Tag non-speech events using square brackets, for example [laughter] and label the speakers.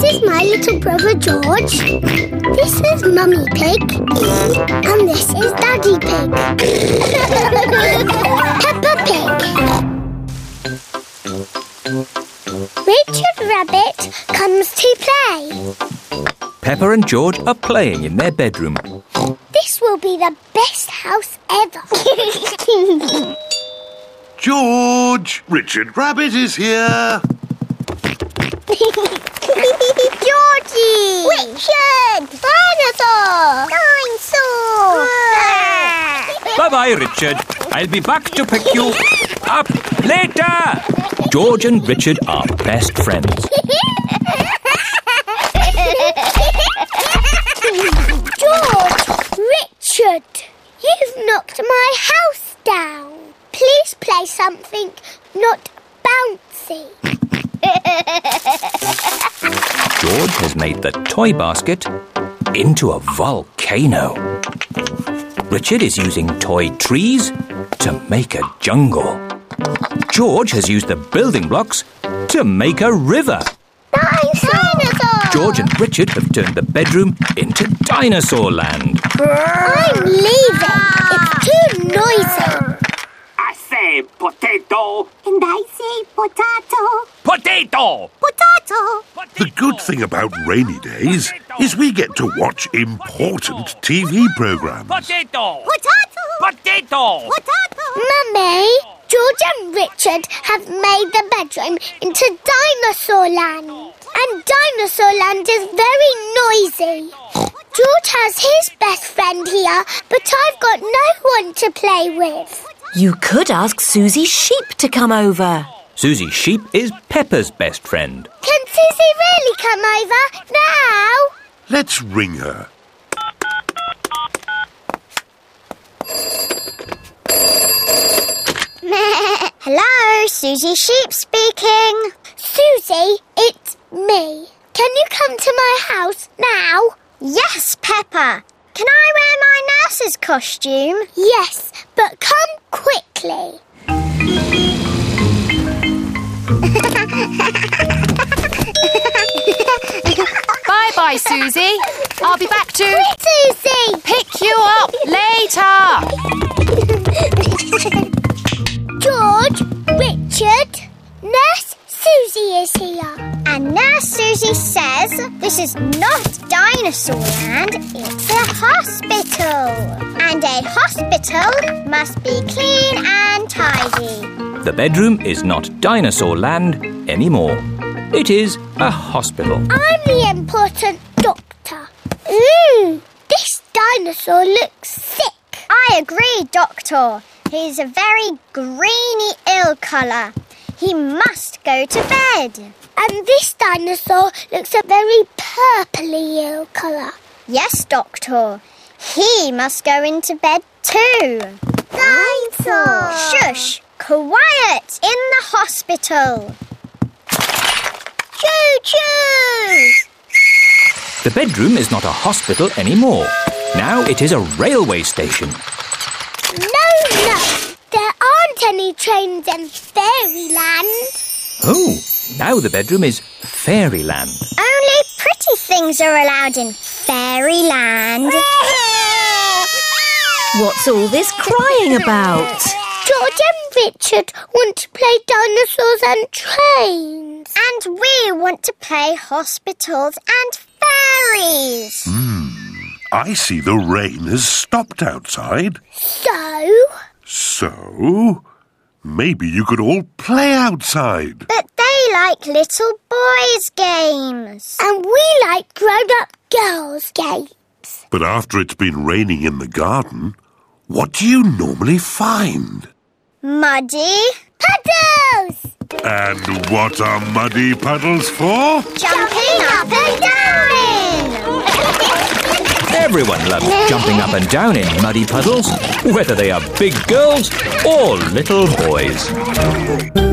Speaker 1: little brother George. This is Mummy Pig. And this is Daddy Pig. [laughs] Peppa Pig. Richard Rabbit comes to play.
Speaker 2: Pepper and George are playing in their bedroom.
Speaker 1: This will be the best house ever.
Speaker 3: George! Richard Rabbit is here!
Speaker 1: [laughs] Georgie! Richard! Dinosaur! Dinosaur!
Speaker 2: Bye bye, Richard. I'll be back to pick you up later. George and Richard are best friends.
Speaker 1: [laughs] George! Richard! You've knocked my house down. Please play something not bouncy.
Speaker 2: George has made the toy basket into a volcano. Richard is using toy trees to make a jungle. George has used the building blocks to make a river.
Speaker 1: Dinosaur!
Speaker 2: George and Richard have turned the bedroom into dinosaur land.
Speaker 1: I'm leaving. It's too noisy.
Speaker 4: I say potato.
Speaker 5: And I say potato,
Speaker 2: Potato!
Speaker 5: potato.
Speaker 3: The good thing about rainy days is we get to watch important TV programmes.
Speaker 2: Potato!
Speaker 5: Potato,
Speaker 2: Potato!
Speaker 5: potato.
Speaker 1: Mummy, George and Richard have made the bedroom into dinosaur land. And dinosaur land is very noisy. George has his best friend here, but I've got no one to play with.
Speaker 6: You could ask Susie Sheep to come over.
Speaker 2: Susie Sheep is Pepper's best friend.
Speaker 1: Can Susie really come over now?
Speaker 3: Let's ring her.
Speaker 1: [laughs] Hello, Susie Sheep speaking. Susie, it's me. Can you come to my house now? Yes, Peppa. Can I wear my nurse's costume? Yes, but come quickly.
Speaker 7: Bye bye, Susie. I'll be back to
Speaker 1: Susie!
Speaker 7: pick you up later.
Speaker 1: [laughs] George, Richard, Nurse Susie is here. And Nurse Susie says this is not dinosaur land, it's a hospital. And a hospital must be clean and tidy.
Speaker 2: The bedroom is not dinosaur land anymore. It is a hospital.
Speaker 1: I'm the important doctor. Ooh, this dinosaur looks sick. I agree, Doctor. He's a very greeny ill colour. He must go to bed. And this dinosaur looks a very purpley ill colour. Yes, Doctor. He must go into bed too. Dinosaur! Shush! Quiet! In the hospital! Choo choo!
Speaker 2: The bedroom is not a hospital anymore. Now it is a railway station.
Speaker 1: No, no! There aren't any trains in fairyland.
Speaker 2: Oh, now the bedroom is fairyland.
Speaker 1: Only pretty things are allowed in fairyland.
Speaker 6: [laughs] What's all this crying about?
Speaker 1: George and Richard want to play dinosaurs and trains. And we want to play hospitals and fairies.
Speaker 3: I see the rain has stopped outside.
Speaker 1: So?
Speaker 3: So, maybe you could all play outside.
Speaker 1: But they like little boys' games. And we like grown up girls' games.
Speaker 3: But after it's been raining in the garden, what do you normally find?
Speaker 1: Muddy puddles!
Speaker 3: And what are muddy puddles for?
Speaker 1: Jumping up and down!
Speaker 2: Everyone loves jumping up and down in muddy puddles, whether they are big girls or little boys.
Speaker 1: [laughs]